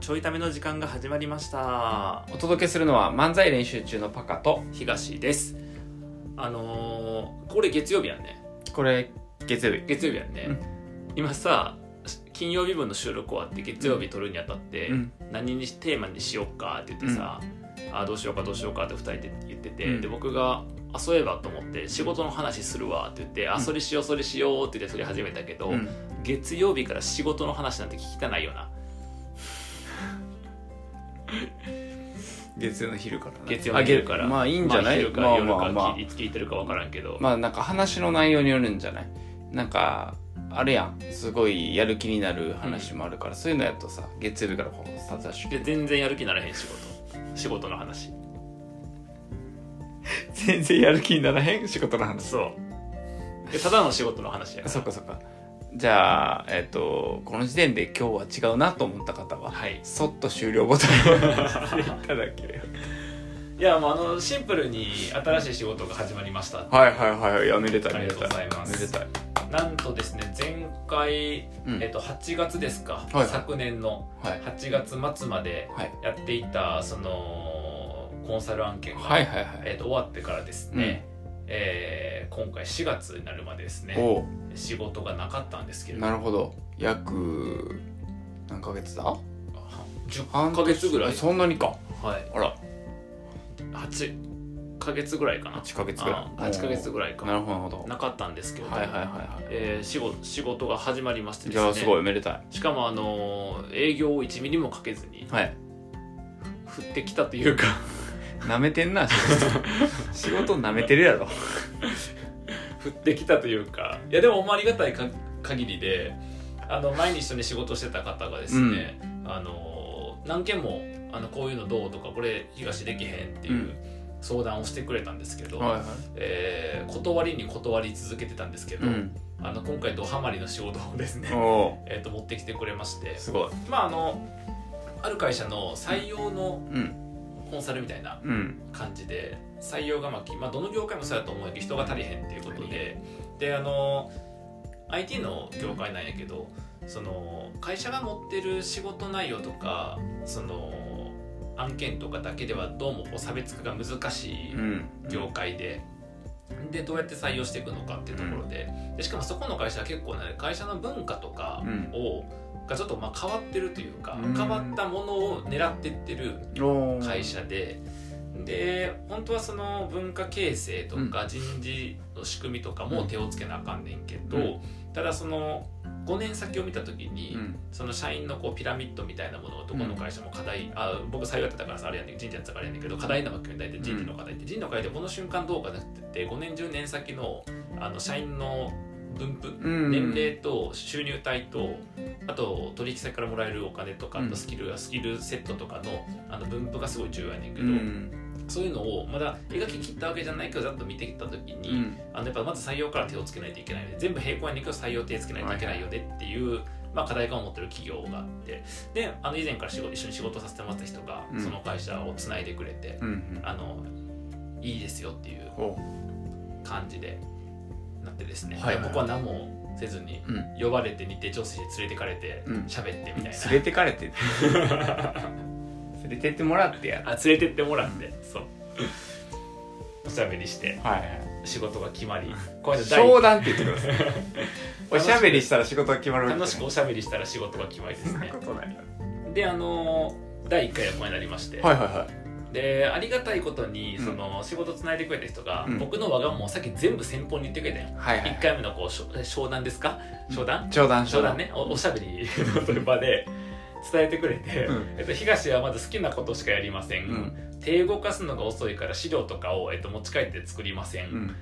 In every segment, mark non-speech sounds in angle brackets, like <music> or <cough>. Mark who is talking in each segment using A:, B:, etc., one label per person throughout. A: ちょいための時間が始まりました
B: お届けするのは漫才練習中のパカと
A: 東ですあのーこれ月曜日やんね
B: これ月曜日
A: 月曜日やんね、
B: うん
A: 今さし金曜日分の収録終わって月曜日撮るにあたって、
B: うん
A: 何にしテーマにしようかって言ってさ、あーどうしようかどうしようかって2人で言ってて、
B: うん
A: で僕が「あそういえば」と思って「仕事の話するわ」って言って「あそれしようそれしよう」って言ってそれ始めたけど、
B: うん
A: 月曜日から仕事の話なんて聞きたないよな
B: 月曜の昼からね
A: 月曜の昼から
B: あげまあいいんじゃない
A: まあ昼か
B: まあ
A: 夜
B: ま
A: か
B: あまあ
A: 聞いいつ聞いてるか分からんけど、
B: まあなんか話の内容によるんじゃないなんかあれやんすごいやる気になる話もあるから、そういうのやとさ月曜日からこうスタートダッシュ
A: で全然やる気ならへん仕事仕事の話
B: 全然やる気にならへん仕事の話
A: そうでただの仕事の話やから
B: そっかそっかじゃあえっ、とこの時点で今日は違うなと思った方は
A: はい
B: そっと終了ボタンを押していただけれ
A: いやもうあのシンプルに新しい仕事が始まりました
B: ばはいはいはいいやめでた
A: あ
B: い
A: り
B: めで
A: がとうご
B: た
A: ざ
B: い
A: います
B: めでたい
A: なんとですね前回、
B: うん
A: えっと、8月ですか、
B: はい
A: 昨年の
B: はい
A: 8月末まで
B: はい
A: やっていたそのコンサル案件が、
B: はいはいはい
A: えっと、終わってからですね、えー今回4月になるまでですね
B: お
A: 仕事がなかったんですけれど
B: なるほど約何ヶ月だ
A: 10ヶ月ぐらい
B: あそんなにか
A: はい
B: あら
A: 8ヶ月ぐらいかな
B: 8ヶ月ぐらい
A: あ8ヶ月ぐらいか
B: なるほどなるほ
A: なかったんですけ
B: ど
A: れど、
B: はいはいはいはい
A: えー仕事仕事が始まりましてで
B: じゃあ
A: す
B: す
A: ね
B: ごいめでたい
A: しかもあのー営業を1ミリもかけずに
B: はい
A: 振ってきたというか <laughs>
B: なめてんな仕事仕事なめてるやろ
A: 振ってきたというかいやでもほんまありがたいか限りであの前に一緒に仕事してた方がですね、あのー何件もあのこういうのどうとかこれ東できへんっていううん相談をしてくれたんですけど、
B: はいは
A: えー断りに断り続けてたんですけ
B: い
A: ど、
B: うん
A: あの今回ドハマりの仕事をですね、 <laughs>
B: おー
A: えー、と持ってきてくれまして
B: すごい
A: まああのある会社の採用の
B: うん
A: コンサルみたいな
B: うん
A: 感じで採用がまあき、まあ、どの業界もそうやと思うけど人が足りへんっていうことでであの IT の業界なんやけどその会社が持ってる仕事内容とかその案件とかだけではどうもこう差別化が難しい
B: うん
A: 業界で。でどうやって採用していくのかっていうところででしかもそこの会社は結構ね会社の文化とか
B: うん
A: をがちょっとまあ変わってるというか
B: うん
A: 変わったものを狙ってってる
B: おー
A: 会社でで本当はその文化形成とか人事の仕組みとかも手をつけなあかんねんけど、
B: うん
A: ただその5年先を見た時に、
B: うん
A: その社員のこうピラミッドみたいなものをどこの会社も課題、あ僕採用やってたからさあれやねん人事やってたからやねんけど課題なわけよ大体人事の課題って、人事の課題ってこの瞬間どうかなってって5年10年先のあの社員の分布、
B: うん
A: 年齢と収入帯とあと取引先からもらえるお金とかあ
B: う
A: と
B: ん
A: スキル、スキルセットとかのあの分布がすごい重要やねんけ
B: う
A: ど、
B: ん
A: そういうのをまだ描き切ったわけじゃないけどざっと見てきた時に、
B: うん
A: あのやっぱまず採用から手をつけないといけないので全部並行やねんけど採用手つけないといけないよねっていう、まあ、課題感を持ってる企業があってであの以前から仕事一緒に仕事させてもらった人が、
B: うん
A: その会社をつないでくれて、
B: うん
A: あのいいですよっていう
B: おー
A: 感じでなってですね、
B: はいはいはい
A: ここは何もせずに
B: うん
A: 呼ばれて日程調整して連れてかれて
B: うん
A: 喋、ってみたいな、
B: 連れてかれて <laughs> 連れてってもらってや
A: あ連れてってもらってそうおしゃべりして
B: はいはい
A: 仕事が決まりこういうの第一
B: 商談って言ってください <laughs> おしゃべりしたら仕事が決まるわ
A: <laughs>
B: け
A: 楽しくおしゃべりしたら仕事が決まりです
B: そんな
A: ね
B: ことない
A: であの第1回はこれになりまして、
B: はいはいはい
A: でありがたいことに
B: うん
A: その仕事つないでくれた人が、
B: うん
A: 僕のわがままをさっき全部先方に言ってくれたよ、
B: はいはい
A: 1回目のこうしょ商談ですか商談
B: 冗談
A: 商談ねおおしゃべりの場で伝えてくれて、
B: うん
A: えっと、東はまず好きなことしかやりません、
B: うん
A: 手動かすのが遅いから資料とかを、えっと、持ち帰って作りません、
B: うん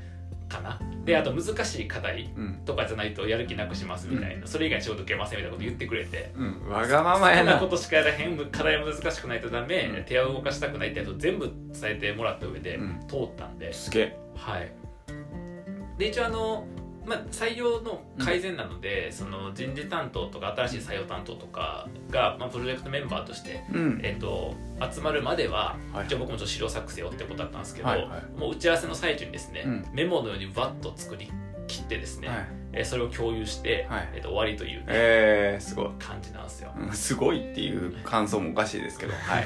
A: かなであと難しい課題
B: うん
A: とかじゃないとやる気なくしますみたいな、それ以外仕事受けませんみたいなこと言ってくれて、
B: うんわがままや
A: そんな
B: な
A: ことしかやらへん課題も難しくないとダメ、
B: うん
A: 手を動かしたくないってやつを全部伝えてもらった上で、
B: うん
A: 通ったんです
B: げえ
A: はいで一応あの、まあ、採用の改善なので、その人事担当とか新しい採用担当とかが、まあ、プロジェクトメンバーとして、
B: うん
A: えっと集まるまでは
B: はい
A: 一応僕もちょっと資料作成をってことだったんですけど、
B: はいは
A: もう打ち合わせの最中にですね、
B: うん
A: メモのようにわっと作り切ってですね、
B: はい
A: えーそれを共有して、
B: はい
A: えーと終わりという、ね
B: えー、すごい
A: 感じなんですよ
B: うんすごいっていう感想もおかしいですけど、は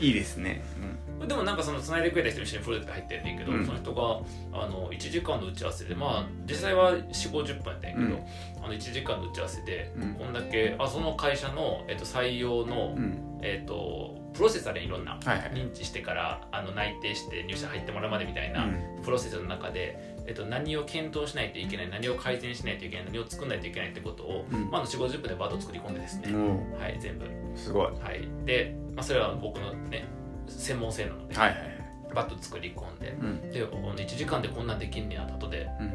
B: い、いいですね、
A: <laughs> でもなんかその繋いでくれた人一緒にプロジェクト入ってんねんけど、
B: うん
A: その人があの1時間の打ち合わせでまあ実際は4 5 0分やったんやけど、
B: うん
A: あの1時間の打ち合わせで、
B: うん
A: こんだけあその会社の、えっと採用の、
B: うん、うん、
A: えっとプロセスあれいろんな
B: はいはい、
A: 認知してからあの内定して入社入ってもらうまでみたいうな、
B: ん、
A: プロセスの中で、えっと、何を検討しないといけない何を改善しないといけない何を作らないといけないってことを、
B: うん
A: まあ、あの4 5 0分でバーッと作り込んでですね、
B: お
A: はい全部は
B: ーすごい、はい
A: いで、まあ、それは僕のね専門性なので、
B: はいはい、
A: バッと作り込んで
B: うん、
A: で1時間でこんなんできんねやと後で
B: うん、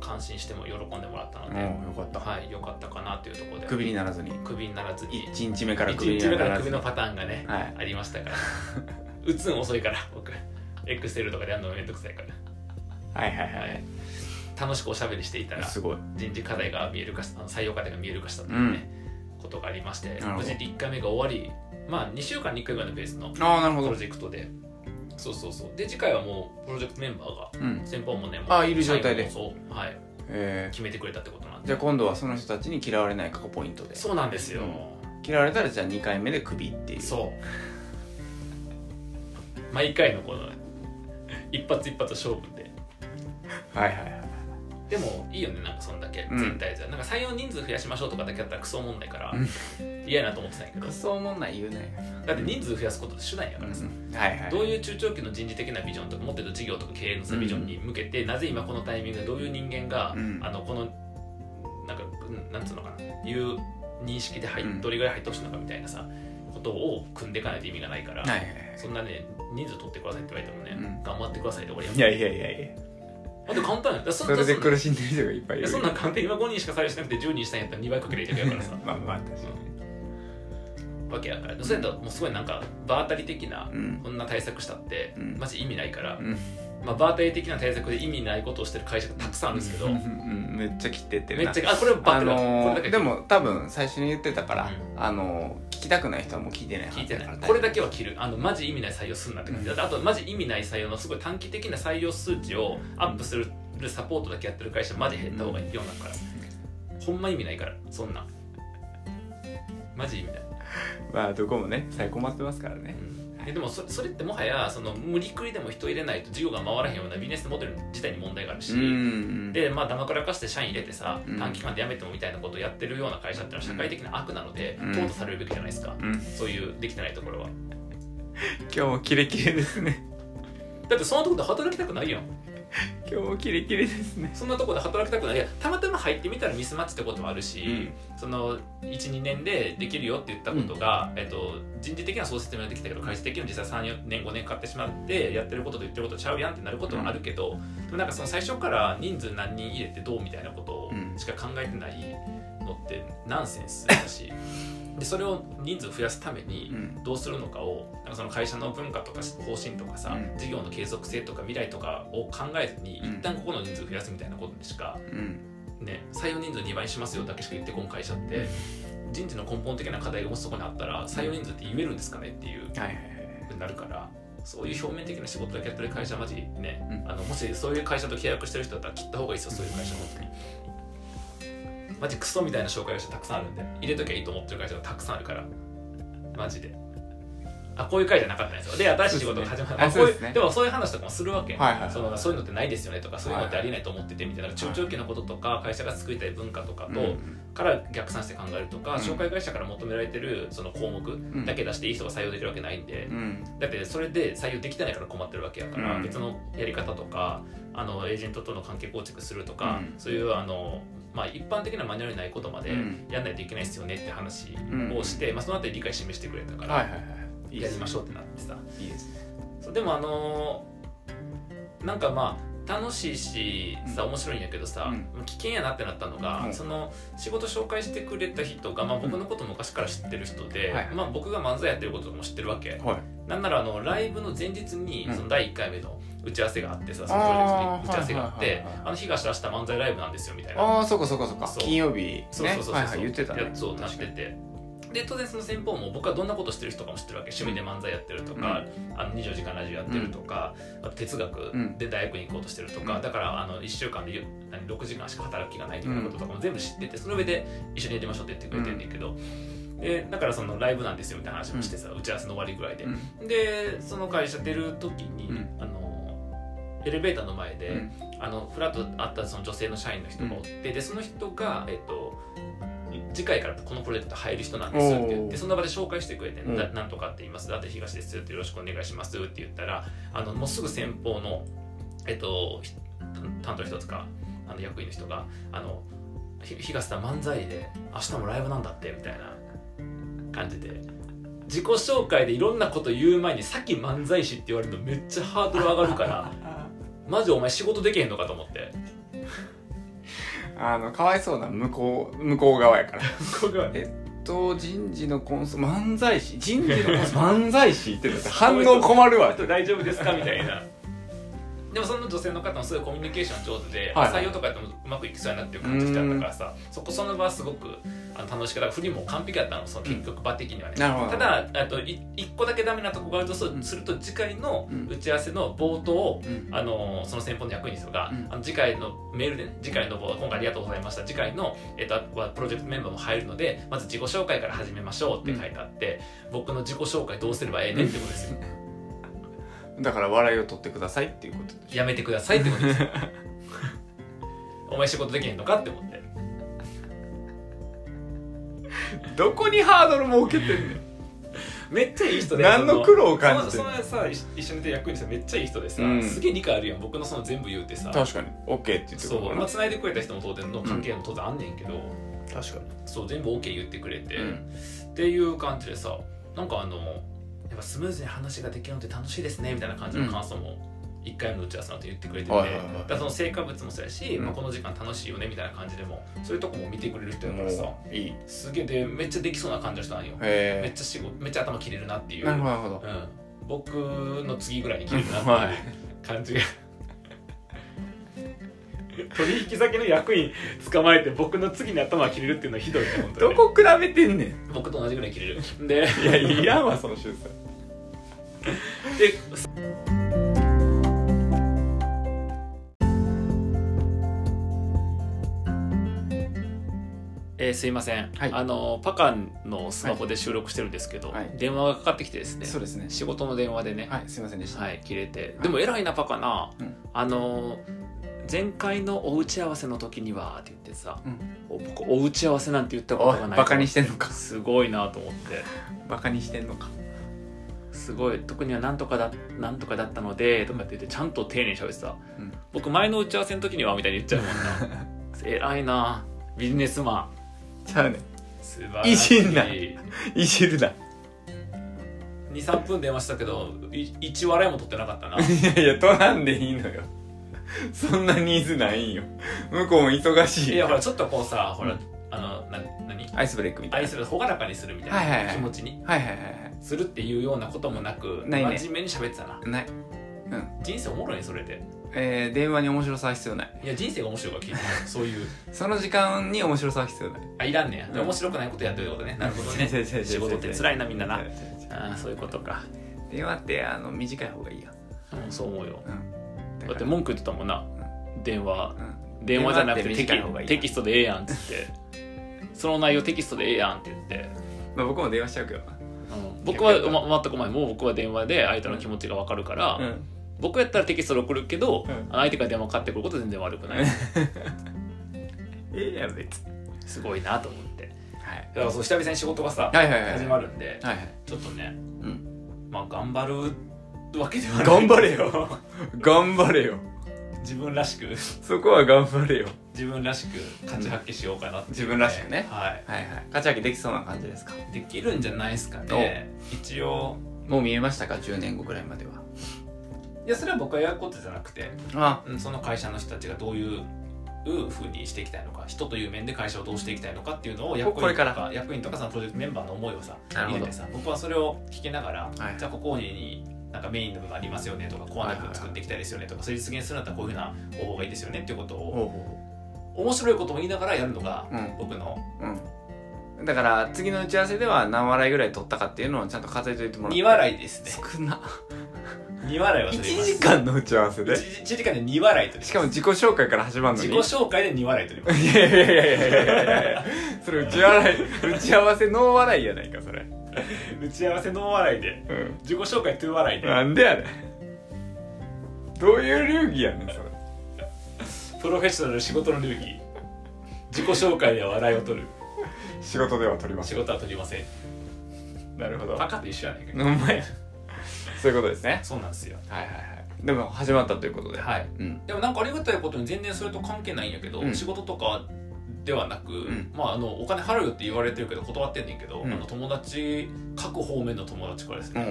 A: 感心しても喜んでもらったの
B: お
A: で、
B: ーよかった、
A: はい良かったかなというところで
B: クビにならずに、
A: クビにならずに
B: 一日目からクビ
A: 1
B: に
A: 日目
B: な
A: から
B: ら
A: ク
B: ず
A: ビ
B: に、
A: のパターンがね
B: はい、
A: ありましたから打つん遅いから僕エクセルとかでやるのめんどくさいから
B: はいはい
A: は、
B: はい
A: 楽しくおしゃべりしていたら
B: すごい、
A: 人事課題が見える化したあの採用課題が見える化したといううんね、ことがありまして
B: るほど
A: 無事1回目が終わりまあ2週間に1回ぐらいのペースのプ
B: ああなるほ
A: ロ
B: ど、
A: ジェクトでそうそうそうで次回はもうプロジェクトメンバーが
B: うん、
A: 先方もねもう
B: あいる状態で
A: 最後もそう、はい、
B: え
A: 決めてくれたってことなん
B: ー、
A: で
B: じゃあ今度はその人たちに嫌われない過去ポイントで、
A: そうなんですよ、
B: 嫌われたらじゃあ2回目でクビっていう、
A: そう毎回のこの一発一発勝負で
B: はいはいはい、
A: でもいいよねなんかそんだけ、
B: うん
A: 全体じゃなんか採用人数増やしましょうとかだけだったらクソおもんないから、
B: うん
A: 嫌やなと思ってたんやけど
B: クソおもんない言うなよ、
A: だって人数増やすことって手段や
B: う
A: からさ、
B: ん、はいはい、
A: どういう中長期の人事的なビジョンとか持ってる事業とか経営のさビジョンに向けて、なぜ今このタイミングでどういう人間が、
B: うん
A: あのこのなんかうんなんつうのかないう認識で入っ
B: うん
A: どれぐらい入ってほしいのかみたいなさことを組んでいかないと意味がないから、
B: はいはいはい。
A: そんなね人数取ってくださいって言われてもね、
B: うん
A: 頑張ってくださいで終わりや
B: いやいやいやいや
A: だって簡単やんだからそん
B: それで
A: そん
B: 苦しんでる人がいっぱいい
A: いや
B: る
A: そんなん簡単に今5人しか採用しなくて10人したんやったら2倍かけるやからさ
B: <laughs> まあまあ確かに
A: わけやからそれだともうすごいなんか場当たり的な
B: うん
A: こんな対策したって、
B: うん
A: マジ意味ないから、
B: うん
A: まあ、場当たり的な対策で意味ないことをしてる会社がたくさんあるんですけど、
B: うんめっちゃ切ってってる
A: め
B: な
A: っちゃあこれバ
B: あ
A: ッテリーだこれ
B: の
A: だ
B: ー
A: け
B: でも多分最初に言ってたから、
A: う
B: あのー聞きたくない人はもう聞いてない
A: 聞いてない
B: はず
A: これだけは切るあのマジ意味ない採用すんなって感じだってあとマジ意味ない採用のすごい短期的な採用数値をアップするサポートだけやってる会社マジ減った方がいいようだから、ほんま意味ないからそんなんマジ意味ない、
B: まあどこもね最困ってますからね
A: うんででもそそれってもはやその無理くりでも人入れないと事業が回らへんようなビジネスモデル自体に問題があるし、
B: ん
A: でまあ黙らかして社員入れてさ
B: うん
A: 短期間で辞めてもみたいなことをやってるような会社っていうのは社会的な悪なので
B: うん
A: 淘汰されるべきじゃないですか
B: うん、
A: そういうできてないところは
B: 今日もキレキレですね <laughs>
A: だってそんなとこで働きたくないやん
B: 今日もキレキレですね
A: そんなとこで働きたくないいやたまたま入ってみたらミスマッチってこともあるし、その12年でできるよって言ったことが、えっと、人事的なそう説明はできたけど会社的には実際34年5年買ってしまってやってることと言ってることちゃうやんってなることはあるけど、でもなんかその最初から人数何人入れてどうみたいなことを
B: うん
A: しか考えてないのってナンセンスだしでそれを人数増やすために、
B: うん
A: どうするのかをなんかその会社の文化とか方針とかさ、
B: うん
A: 事業の継続性とか未来とかを考えずに、
B: うん
A: 一旦ここの人数増やすみたいなことにしか、
B: うん
A: ね、採用人数2倍しますよだけしか言ってこん会社って人事の根本的な課題がもしそこにあったら採用人数って言えるんですかねっていう
B: はいはいはい
A: なるからそういう表面的な仕事だけやってる会社マジね、
B: うん
A: あのもしそういう会社と契約してる人だったら切った方がいいですよそういう会社本当に。マジクソみたいな紹介をしてたくさんあるんで入れときゃいいと思ってる会社がたくさんあるからマジであこういう会じゃなかったんですよで新しい仕事が始まる
B: そうですねあそうで
A: です
B: ね
A: でもそういう話とかもするわけ、
B: はいはい
A: そのそういうのってないですよねとかそういうのってありえないと思っててみたいな
B: はい
A: 中長期のこととか会社が作りたい文化とかと、
B: うん
A: から逆算して考えるとか、
B: うん
A: 紹介会社から求められてるその項目だけ出していい人が採用できるわけないんで、
B: うん
A: だってそれで採用できてないから困ってるわけやから、
B: うん
A: 別のやり方とかあのエージェントとの関係構築するとか、
B: うん
A: そういうあの、まあ、一般的なマニュアルにないことまで
B: うん
A: やんないといけないですよねって話
B: ん
A: をして、まあ、その後で理解示してくれたから、
B: はいはいはいい
A: や
B: いで
A: り
B: す
A: ましょうってなってさ
B: いいですね
A: そうでもあのーなんかまあ楽しいしさ面白いんやけどさ、危険やなってなったのが、
B: うん
A: その仕事紹介してくれた人が、まあ、僕のこと昔から知ってる人で、
B: はい
A: まあ、僕が漫才やってることも知ってるわけ、
B: はい
A: なんならあのライブの前日に
B: うん
A: その第1回目の打ち合わせがあってさ、
B: ー
A: そのプロジェクトに打ち合わせがあっ
B: はいは
A: て
B: いはいはい
A: 「あの東明日漫才ライブなんですよ」みたいな
B: ああそっかそっかそっか
A: そう
B: 金曜日ね
A: そうそうそうそう、
B: はいはい言ってたね
A: やつをなっててで当然その先方も僕はどんなことしてる人かも知ってるわけ趣味で漫才やってるとか、あの24時間ラジオやってるとか、あと哲学で大学に行こうとしてるとか、
B: うん
A: だからあの1週間で何6時間しか働く気がないというようなこととかも全部知っててその上で一緒にやりましょうって言ってくれてんだけど、でだからそのライブなんですよみたいな話もしてさ、打ち合わせの終わりぐらいで、でその会社出る時に、
B: うん
A: あのエレベーターの前で、
B: うん
A: あのフラッと会ったその女性の社員の人がおって、でその人が、えっと次回からこのプロジェクト入る人なんですって言っ
B: おー
A: てその場で紹介してくれて、
B: うん
A: ななんとかって言いますだって東ですってよろしくお願いしますって言ったらあのもうすぐ先方の、えっと、ひ担当の人とかあの役員の人が「あのひ東さん漫才で明日もライブなんだって」みたいな感じで。自己紹介でいろんなこと言う前にさっき漫才師って言われるとめっちゃハードル上がるからマジお前仕事できへんのかと思って
B: あのかわいそうな向こう向こう側やから
A: ここが
B: えっと人事のコンソ漫才師人事のコン <laughs> ソ漫才師って言って反応困るわ
A: と大丈夫ですかみたい
B: <laughs>
A: なでもその女性の方もすごいコミュニケーション上手で、
B: はい
A: 採用とかやってもうまくいきそうになってる感じだったからさそこその場はすごくあの楽しかった振りも完璧だったのその結局場的にはね、
B: なるほど
A: ただあとい一個だけダメなとこがあるとす
B: うん
A: すると次回の
B: うん
A: 打ち合わせの冒頭を
B: うん
A: あのその先方の役員の人が、
B: うん
A: あの次回のメールで、ね、次回の今回ありがとうございました次回の、えっと、はプロジェクトメンバーも入るのでまず自己紹介から始めましょうって書いてあって、僕の自己紹介どうすればええねんってことですよ
B: だから笑いを取ってくださいっていうことで
A: やめてくださいってこと <laughs> ですよお前仕事できへんのかって思って
B: どこにハードル設けてんねん
A: めっちゃいい人で
B: 何の苦労を感じて
A: そ
B: ん
A: の
B: の
A: そのさい一緒にいて役員さんめっちゃいい人でさ、
B: うん
A: すげえ理解あるやん僕のその全部言うてさ
B: 確かに OK って言ってく
A: そ
B: るか
A: う、
B: ら
A: まあ、繋いでくれた人も当然の関係も当然あんねんけど、
B: 確か
A: そう全部 OK 言ってくれて、
B: うん
A: っていう感じでさなんかあのやっぱスムーズに話ができるのって楽しいですねみたいな感じの感想も1回目の打ち合わせの後言ってくれてて、
B: はいはいはい
A: だからその成果物もそうやし、
B: うん
A: まあ、この時間楽しいよねみたいな感じでもそういうとこも見てくれる人
B: に
A: だからさ
B: もういい
A: すげえでめっちゃできそうな感じの人なんよめっ
B: へ
A: ちゃ仕事めっちゃ頭切れるなってい
B: え
A: う、
B: なるほどなるほど
A: うん、僕の次ぐらいに切れるなって
B: <laughs> はい
A: いう感じが。 <laughs> 取引先の役員捕まえて僕の次に頭が切れるっていうのはひどいね本当に
B: ど
A: ね
B: こ比べてんねん
A: 僕と同じぐらい切れるで
B: いやいらんわその修正
A: でえーすいません、
B: はい
A: あのパカンのスマホで収録してるんですけど、
B: はい
A: 電話がかかってきてですね
B: そうですね
A: 仕事の電話でね、
B: はいすいませんでした
A: はい切れてでも偉いなパカな、
B: うん
A: あの前回のお打ち合わせの時にはって言ってさ、
B: うん
A: お僕お打ち合わせなんて言ったこと
B: おい
A: がない
B: バカにしてんのか
A: すごいなと思って
B: バカにしてんのか
A: すごい特にはなんとかだなんとかだったのでとかって言ってちゃんと丁寧に喋ってさ、
B: うん
A: 僕前の打ち合わせの時にはみたいに言っちゃうもんな
B: <laughs>
A: 偉いなビジネスマン
B: ちゃうね
A: 素晴らしい
B: いじんないいじるな
A: 23分電話したけど1笑いも取ってなかったな
B: いやいや、取らんでいいのよ。そんなニーズないんよ。向こうも忙しい。
A: いやほらちょっとこうさほら、
B: うん
A: あのな何
B: アイスブレイクみたい
A: 愛
B: な。
A: する朗らかにするみた
B: はいはい
A: い
B: は
A: ない気持ちに
B: はいはいはいは
A: するっていうようなこともなく
B: ないね。
A: 真面目に喋ってたない
B: ない。
A: 人生おもろいねそれで
B: えー、電話に面白さは必要ない。
A: いや人生が面白いから聞いてるそういう
B: その時間に面白さは必要ない。
A: あいらんねや、
B: うん
A: 面白くないことやってることねなるほど
B: <laughs>
A: ね
B: 違う違う違う違う
A: 仕事って辛いなみんなな
B: 違う違う違う
A: あーそういうことか
B: 電話って、あの、短い方がいいや。
A: うんそう思うよ
B: うん。
A: だって
B: う、
A: 文句言ってたもんな電話
B: うん。
A: 電話じゃなくてテ
B: 短い方がい
A: キ
B: い。
A: テキストでええやんっつってその内容テキストでええやんって言って、
B: まあ僕も電話しちゃうけどな。
A: うん僕は、ま、全く前もう僕は電話で相手の気持ちが分かるから、
B: うん。
A: 僕やったらテキストで送るけど、
B: うん
A: 相手から電話かかってくることは全然悪くない
B: ええやん、別に。
A: すごいなと思って
B: はい。
A: だから <laughs> そう久々に仕事がさ、
B: はいはいはい。
A: 始まるんで
B: はいはい。
A: ちょっとね
B: うん。
A: まあ頑張るわけではない
B: 頑張れよ頑張れよ。
A: <laughs> 自分らしく
B: そこは頑張れよ。
A: 自分らしく価値発揮しようかなっていうね、
B: 自分らしくね
A: はい
B: はいはい。勝ち上げできそうな感じですか。
A: できるんじゃないですかね一応
B: もう見えましたか10年後ぐらいまではい
A: やそれは僕がやることじゃなくて、
B: あ
A: うんその会社の人たちがどういうふうにしていきたいのか人という面で会社をどうしていきたいのかっていうのを役員と
B: これ
A: か
B: から
A: 役員とかそのプロジェクトメンバーの思いをさ
B: なるほ
A: 入
B: ど
A: れてさ僕はそれを聞きながら、
B: はい
A: じゃあここになんかメインの部分ありますよねとかコアな部分作っていきたいですよねとか、それ実現するんだったらこういうふうな方法がいいですよねっていうことを
B: ほ
A: 面白いことも言いながらやるのが
B: ううん
A: 僕の
B: うんだから次の打ち合わせでは何笑いぐらい取ったかっていうのをちゃんと数えといてもらって
A: 2笑いですね
B: 少な
A: 2笑いは
B: 1
A: 取ります
B: 時間の打ち合わせで
A: 1時間で2笑い取ります
B: しかも自己紹介から始まるの
A: 自
B: に
A: 己紹介で2笑い取ります
B: いやいやいやいやいやいやいやそれ打ち合わせ打ち合わせの笑いやないかそれ
A: <laughs> 打ち合わせの笑いで
B: う
A: 自己紹介2笑い
B: ん
A: で
B: なんでやねんどういう流儀やねんそれ
A: プロフェッショナル仕事の流儀自己紹介では笑いを取る
B: 仕事では取りま
A: 仕
B: す
A: 事は取りません
B: なるほど
A: バカと一緒やねん
B: うまいそういうことですね
A: そうなんですよ
B: はいはいはいでも始まったということで
A: はい
B: うん
A: でもなんかありがたいことに全然それと関係ないんやけど、
B: うん
A: 仕事とかではなく、
B: ん
A: まあ、あのお金払うよって言われてるけど断ってんねんけど、
B: うん
A: あの友達各方面の友達からです
B: う
A: ね、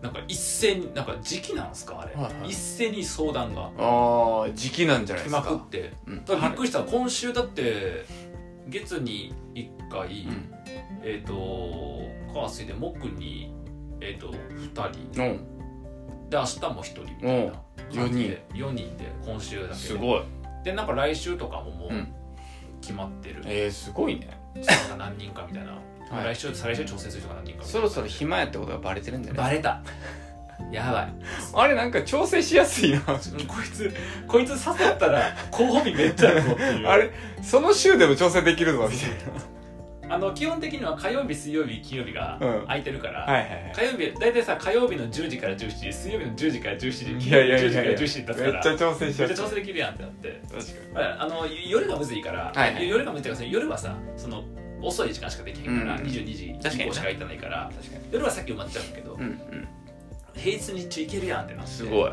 B: ん
A: なんか一斉になんか時期なんすかあれ、
B: はいはい
A: 一斉に相談が
B: ああ時期なんじゃない
A: 来
B: です
A: まくっ
B: か
A: て
B: うん
A: だからびっくりした、今週だって月に1回、
B: うん
A: えっ、と火水で木にえっ、と2人
B: うん
A: で明日も1人みたいな
B: おう
A: 感じで4人で今週だけです
B: ごい
A: でなんか来週とかももう
B: うん
A: 決まってる、
B: えーすごいね
A: なんか何人かみたいな、
B: は
A: 来
B: い
A: 週再来週挑戦する人が何人かみた
B: そ
A: い
B: ろそろ暇やってことがバレてるんじゃ
A: な
B: ない
A: バレたやばい
B: あれなんか調整しやすいな
A: こいつこいつ誘ったら候補日めっちゃあるぞっていう
B: あれその週でも調整できるぞみたい
A: あの基本的には火曜日水曜日金曜日が
B: うん
A: 空いてるから、
B: なはいはいはい
A: 火曜日大体さ火曜日の10時から17時水曜日の10時から17時金
B: い
A: 曜
B: や
A: 日
B: い
A: の
B: や
A: 10
B: い
A: 時か
B: や
A: ら17時だったら
B: いやめっちゃ調整し
A: めっ
B: や
A: ち
B: す
A: ゃ
B: い
A: 調整できるやんってなって
B: 確か
A: ほらあの夜がむずいから、
B: はいはい
A: 夜がむずいから夜はさその遅い時間しかできへんから、
B: うん
A: 22時以
B: 確かに
A: 降しか行かないから
B: に確かに
A: 夜はさっき埋まっちゃうけど、
B: うんうん
A: 平日日中行けるやんってなって
B: すごい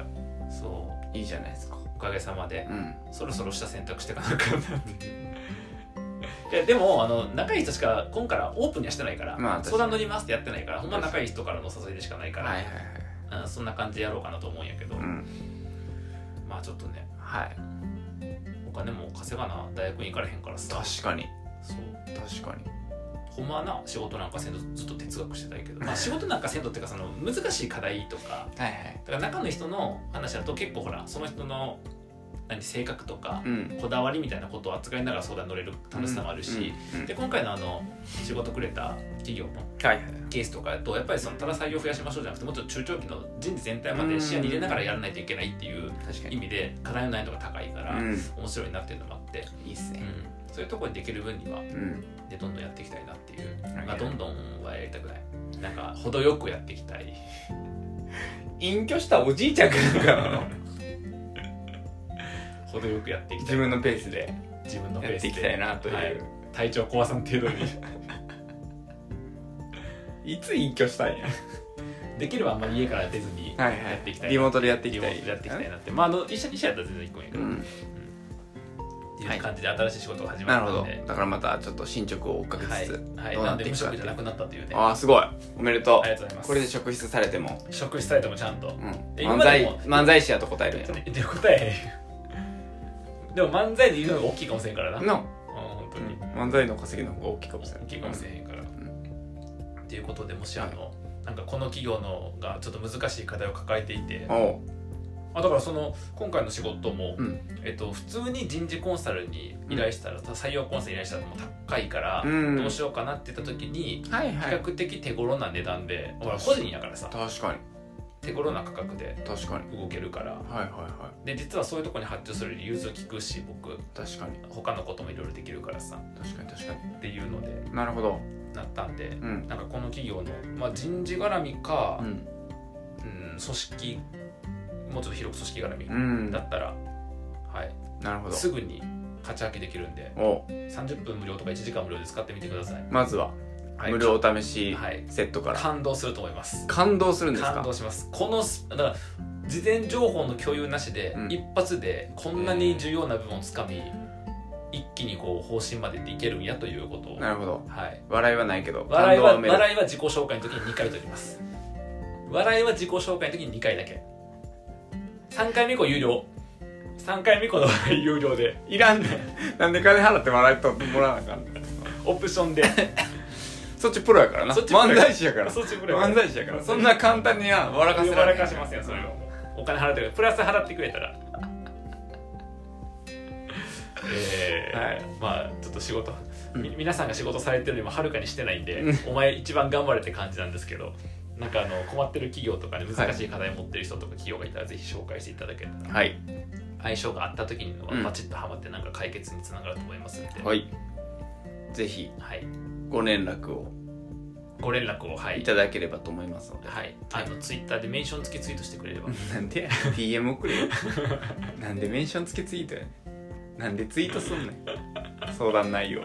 A: そう
B: いいじゃないですか
A: おかげさまで
B: うん
A: そろそろした選択してかなあかんなっていやでもあの仲いい人しか今からオープンにはしてないから、
B: まあ確かに
A: 相談乗りますってやってないからほんま仲いい人からの誘いでしかないから、
B: はいはいはい
A: うんそんな感じでやろうかなと思うんやけど、
B: うん
A: まあちょっとね
B: はい
A: お金も稼がな大学に行かれへんからさ
B: 確かに
A: そう
B: 確かに
A: ほんまはな仕事なんかせんとずっと哲学してたいけど、まあ、仕事なんかせんとっていうかその難しい課題とか
B: はいはい
A: だから中の人の話だと結構ほらその人の何性格とか
B: うん
A: こだわりみたいなことを扱いながら相談乗れる楽しさもあるし、
B: うんうん
A: で今回のあの仕事くれた企業の
B: はいはい
A: ケースとかだとやっぱりそのただ採用増やしましょうじゃなくてもうちょっと中長期の人事全体まで視野に入れながらやらないといけないっていう
B: 確か
A: 意
B: に
A: 味で課題の難易度が高いから
B: うん
A: 面白いなっていうのもあって、
B: いいっす
A: う
B: ね
A: ん、そういうところにできる分には
B: うん
A: でどんどんやっていきたいなっていう、
B: い
A: まあ、どんどんはやりたくないなんか程よくやっていきたい
B: 隠居したおじいちゃんかなんかなの
A: 程よくやっていきた
B: 自
A: い
B: 分のペースで
A: 自分のペ
B: や
A: ー
B: ってい
A: ス
B: きたい
A: で
B: なという、
A: はい体調壊さん程度に
B: い、つ隠居したんや
A: できればあんまり家から出ずに
B: はい
A: やっていきたい
B: リモートでやってい
A: リ
B: き
A: モ
B: た
A: ー
B: い
A: トでやっていきたいなってまああの一緒にしちゃったら全然行くんやけ
B: う
A: ど、
B: ん
A: っていう感じで新しい仕事が始まっ
B: なる
A: た
B: ほ
A: の
B: ど
A: で、
B: だからまたちょっと進捗を追っかけ
A: はい
B: つつ、
A: はい、
B: どう
A: な
B: なんって
A: で
B: い
A: 無
B: くかっ
A: 職じ
B: てい
A: ゃ
B: う
A: なくなったっていうね
B: ああすごいおめでと
A: ありが
B: う
A: とうございます
B: これで職質されても、
A: 職したいともちゃんと
B: うん、
A: え
B: 漫才
A: 今までも
B: 漫才師やと答えるんやろ
A: でで答えへんでも漫才で言うのが大きいかもしれんからな、うん、
B: の、
A: 本当に
B: 漫才の稼ぎの方が大きいかもしれない
A: 大きいかもしれへんから、っていうことでもしあ
B: はい
A: の、なんかこの企業のがちょっと難しい課題を抱えていて
B: おお
A: あだからその今回の仕事も、
B: うん
A: えっと、普通に人事コンサルに依頼したら、採用コンサルに依頼したらもう高いから、
B: うん
A: どうしようかなって言った時に、
B: はいは
A: 比較的手頃な値段で、ほら個人やからさ
B: 確か
A: 手頃な価格で
B: に確かに
A: 動けるから
B: はいはいは
A: で実はそういうとこに発注する理由を聞くし僕
B: い確かに
A: 他のこともいろいろできるからさ
B: 確かに確か
A: っていうので
B: になるほど
A: なったんで
B: うん
A: なんかこの企業の、まあ、人事絡みか
B: う、ん
A: うん、組織もうちょっと広く組織絡み
B: うん
A: だったら、はい、
B: なるほど
A: すぐに勝ち分けできるんで
B: お
A: 30分無料とか1時間無料で使ってみてください、
B: まずは
A: はい、
B: 無料お試し
A: はい
B: セットから
A: 感動すると思います
B: 感動するんです
A: 感
B: か
A: 動しますこのスだから事前情報の共有なしで、
B: うん
A: 一発でこんなに重要な部分をつかみ一気にこう方針まででいけるんやということを、
B: なるほど
A: はい、
B: 笑いはないけど
A: 笑いは
B: 感動を埋める
A: 笑いは自己紹介の時に2回取ります笑いは自己紹介の時に2回だけ3回目以降有料3回目以降の場合有料で
B: いらんねん <laughs> なんで金払って笑いとってもらわなあかんねん
A: オプションで
B: そっちプロやからな
A: そっちプロや
B: 漫才師やから
A: そっちぐらい
B: 漫才師やからそんな簡単には笑かせられ
A: 笑かしますよそれはもうお金払ってくれプラス払ってくれたらえー
B: はい
A: まあちょっと仕事
B: うん
A: み皆さんが仕事されてるよりもはるかにしてないんで、
B: う
A: お前一番頑張れって感じなんですけどなんかあの困ってる企業とかで難しい課題持ってる人とか企業がいたらぜひ紹介していただけたら
B: はい
A: 相性があった時には
B: うん
A: バチッとハマってなんか解決につながると思いますので、
B: はいぜひ
A: はい
B: ご連絡を
A: ご連絡をはい
B: いただければと思いますので、
A: はい、あのツイッターでメンション付きツイートしてくれれ
B: <laughs>
A: ば
B: なんで
A: <laughs>
B: DM 送れよなんでメンションつけツイートやねんなんでツイートすんねん相談内容を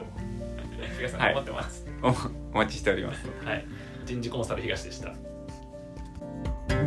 A: 東さん
B: はい
A: 頑張ってます、
B: おお待ちしております
A: はい、人事コンサル東でした